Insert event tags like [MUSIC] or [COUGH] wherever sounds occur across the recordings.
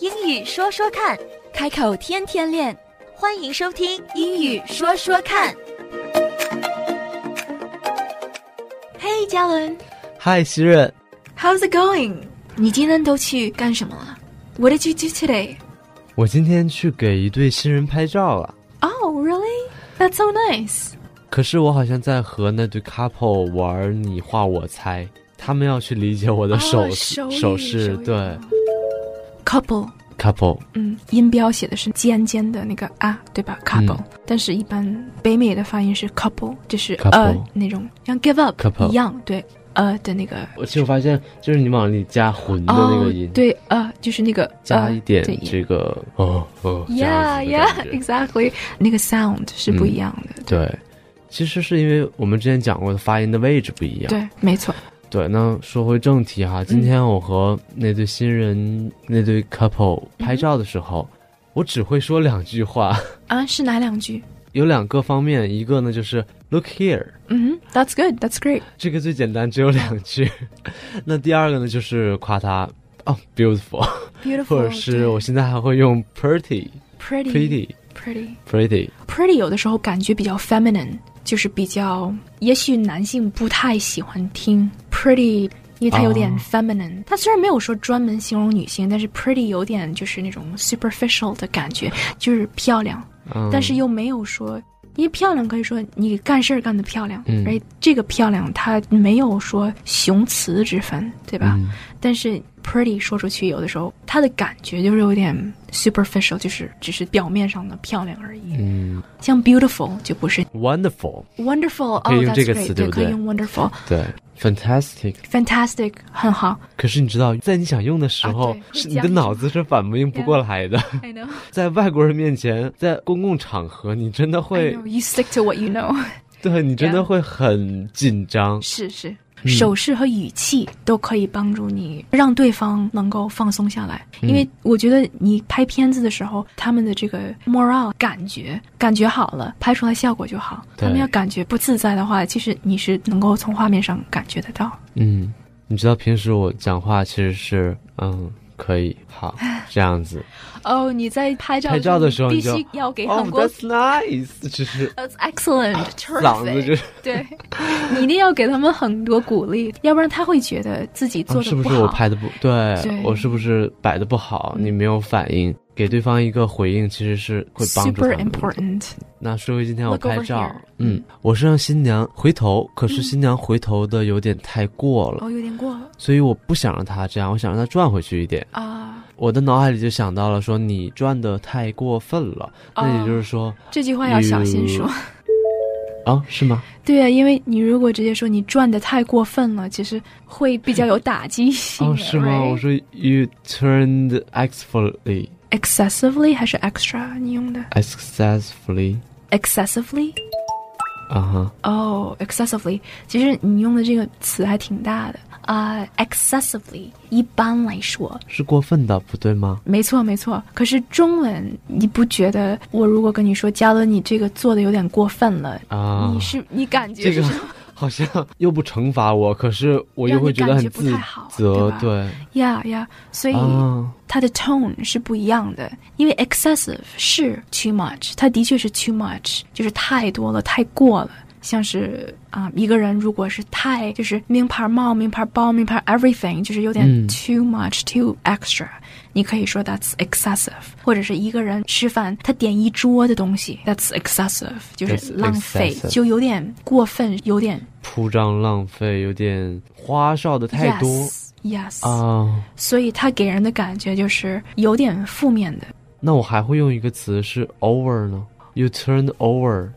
英语说说看，开口天天练。欢迎收听《英语说说看》。Hey Jalen, 嗨，希润， How's it going？你今天都去干什么了？What did you do today？我今天去给一对新人拍照了， Oh, really? That's so nice. 可是我好像在和那对 couple 玩你画我猜，他们要去理解我的手、哦手语手势手，语对 Couple， couple 嗯，音标写的是尖尖的那个啊，对嗯吧？Couple，、但是一般北美的发音是 couple，就是呃 Couple 那种像 give up Couple 一样，对呃的那个而且我发现，就是你往里加混的那哦个音，，对呃就是那个加一点呃、对这个哦哦这 Yeah, 样子的 yeah, 感觉 [LAUGHS] 嗯 exactly. 那个 sound 是不一样的。对。其实是因为我们之前讲过的发音的位置不一样。对，没错。对那说回正题嗯哈，今天我和那对新人、那对嗯 couple 拍照的时候，我只会说两句话。 [LAUGHS] 啊，是哪两句？有两个方面，一个呢就是 look here，嗯哼，That's good, that's great. 这个最简单，只有两句。 [LAUGHS] 那第二个呢就是夸他哦 beautiful， Beautiful. 或者是我现在还会用 pretty pretty, pretty pretty, pretty， pretty. 有的时候感觉比较 feminine，就是比较，也许男性不太喜欢听 pretty，因为它有点哦 feminine。它虽然没有说专门形容女性，但是 pretty 有点就是那种 superficial 的感觉，就是漂亮。嗯，但是又没有说，因为漂亮可以说你干事儿干得漂亮，嗯而这个漂亮它没有说雄雌之分，对吧？嗯但是 pretty 说出去，有的时候它的感觉就是有点 superficial，就是只是表面上的漂亮而已。嗯像 beautiful 就不是 wonderful， wonderful，哦、可以用 that's 这个 great，词对对不可以对用 wonderful，fantastic，对 fantastic。[LAUGHS] 很好。可是你知道，在你想用的时候，啊对是你会僵的硬脑子是反应不过来的。 I know，在外国人面前，在公共场合，你真的 I 会 know，you stick to what you know 对你真 Yeah 的会很紧张。是是，嗯手势和语气都可以帮助你让对方能够放松下来。嗯因为我觉得你拍片子的时候，他们的这个 moral 感觉感觉好了，拍出来效果就好。他们对要感觉不自在的话，其实你是能够从画面上感觉得到。嗯，你知道平时我讲话其实是嗯可以 [LAUGHS] 好这样子。哦，你在拍照拍照的时候必你就须要给哦韩国。 ，That's nice，只是 That's excellent，嗓子就是对，你一定要给他们很多鼓励，要不然他会觉得自己啊做的是不是我拍的不对对嗯我是不是摆的不好？你没有反应，给对方一个回应，其实是会帮助 super 他们的。 important。那说回今天我 Look over 拍照 here，嗯嗯，我是让新娘回头，可是新娘回头的有点太过了，哦，有点过了所以我不想让她这样，我想让她转回去一点。啊。我的脑海里就想到了说你转的太过分了，哦那也就是说这句话要小心说。嗯啊，是吗？ [LAUGHS] 对啊，因为你如果直接说你赚的太过分了，其实会比较有打击性的。哦，是吗？ right？我说 you turned excellently excessively 还是 extra？你用的 successfully excessively？啊哈，哦、e x c e s s i v e l y 其实你用的这个词还挺大的啊。excessively 一般来说，是过分的，不对吗？没错没错。可是中文，你不觉得我如果跟你说嘉伦，你这个做的有点过分了，啊，你是你感觉这是个什么？好像又不惩罚我，可是我又会觉得很让你感觉不自太好对责吧，对呀呀，所以。啊，它的 tone 是不一样的，因为 excessive 是 too much，它的确是 too much，就是太多了，太过了。像是啊、一个人如果是太就是名牌帽、名牌包、名牌 everything，就是有点嗯 too much、too extra，你可以说 that's excessive，或者是一个人吃饭他点一桌的东西，that's excessive，就是 That's 浪费 excessive 就有点过分，有点铺张浪费，有点花哨的太多 yes yes，、啊。所以他给人的感觉就是有点负面的。那我还会用一个词是 over 呢，you turned over，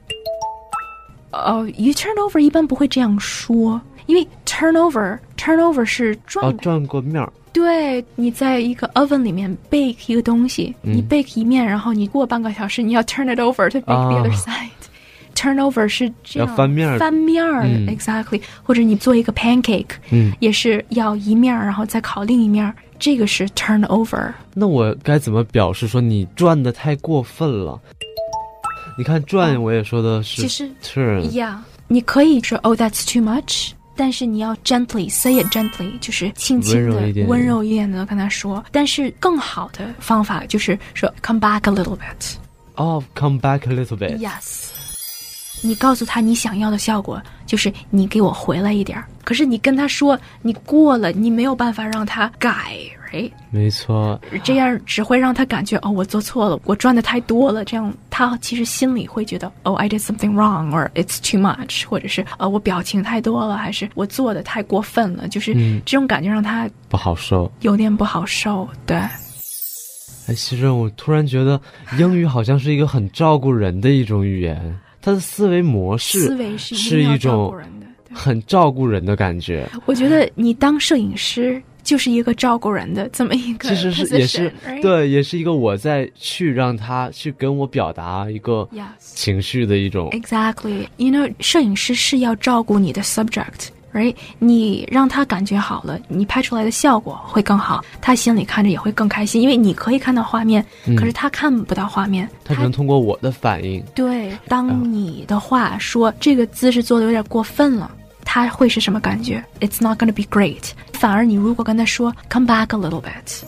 呃、y o u turnover 一般不会这样说，因为 turnover turnover 是转哦，的。转过面儿，对，你在一个 oven 里面 bake 一个东西，你嗯 bake 一面，然后你过半个小时，你要 turn it over to bake the 啊 other side。turnover 是这样要翻面儿翻面儿、嗯 exactly，或者你做一个 pancake，、嗯也是要一面儿，然后再烤另一面儿，这个是 turnover。那我该怎么表示说你转的太过分了？你看转，我也说的是其实 turn，嗯 Yeah，你可以说 Oh, that's too much，但是你要 gently say it gently，就是轻轻温柔一的、点温柔一点的跟他说。但是更好的方法就是说 come back a little bit。哦、c o m e back a little bit。 Yes，你告诉他你想要的效果就是你给我回来一点儿。可是你跟他说你过了，你没有办法让他改，right？没错，这样只会让他感觉哦，我做错了，我赚的太多了。这样他其实心里会觉得哦，I did something wrong，or it's too much，或者是呃，我表情太多了，还是我做的太过分了，就是嗯这种感觉让他不好受。有点不好受。对，哎，其实我突然觉得英语好像是一个很照顾人的一种语言，它的思维模思式维是是定要一照顾种人的。对很照顾人的感觉。我觉得你当摄影师就是一个照顾人的这么一个 position，其 right，实是也是对，也是一个我在去让他去跟我表达一个 Yes. 情绪的一种。哎 Exactly. You know，摄影师是要照顾你的 subject。Right，你让他感觉好了，你拍出来的效果会更好，他心里看着也会更开心，因为你可以看到画面，嗯可是他看不到画面，他可能通过我的反应，对，当你的话说这个姿势做的有点过分了，他会是什么感觉？It's not gonna be great。反而你如果跟他说 “come back a little bit”，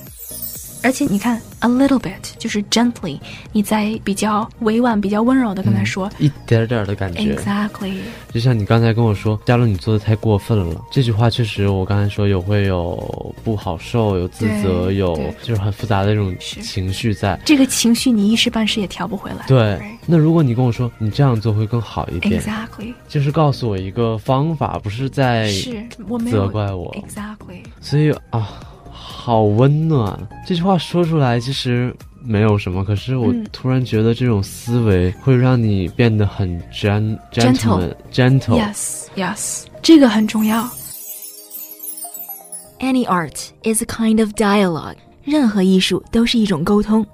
而且你看 “a little bit” 就是 gently，你在比较委婉、比较温柔的跟他说。一点点的感觉。 Exactly，就像你刚才跟我说，嘉乐你做的太过分了，这句话确实，我刚才说有会有不好受，有自责，对有对就是很复杂的这种是情绪在。这个情绪你一时半时也调不回来。对，那如果你跟我说你这样做会更好一点， ，Exactly，就是告诉我一个方法，不是在是我没有哎责怪我。 Exactly，所以啊，好温暖。这句话说出来其实没有什么，可是我嗯突然觉得这种思维会让你变得很 gen Gentle gentle。 Yes, yes，这个很重要。 Any art is a kind of dialogue. 任何艺术都是一种沟通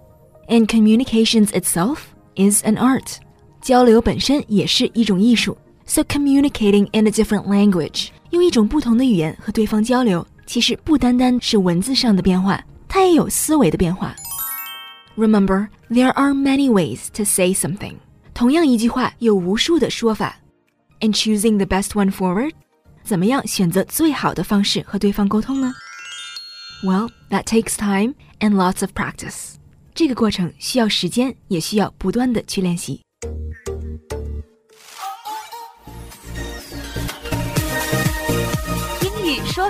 ，and communications itself is an art. 交流本身也是一种艺术。So communicating in a different language，用一种不同的语言和对方交流，其实不单单是文字上的变化，它也有思维的变化。Remember, there are many ways to say something. 同样一句话有无数的说法，and choosing the best one forward 怎么样选择最好的方式和对方沟通呢？Well, that takes time and lots of practice. 这个过程需要时间，也需要不断的去练习。英语说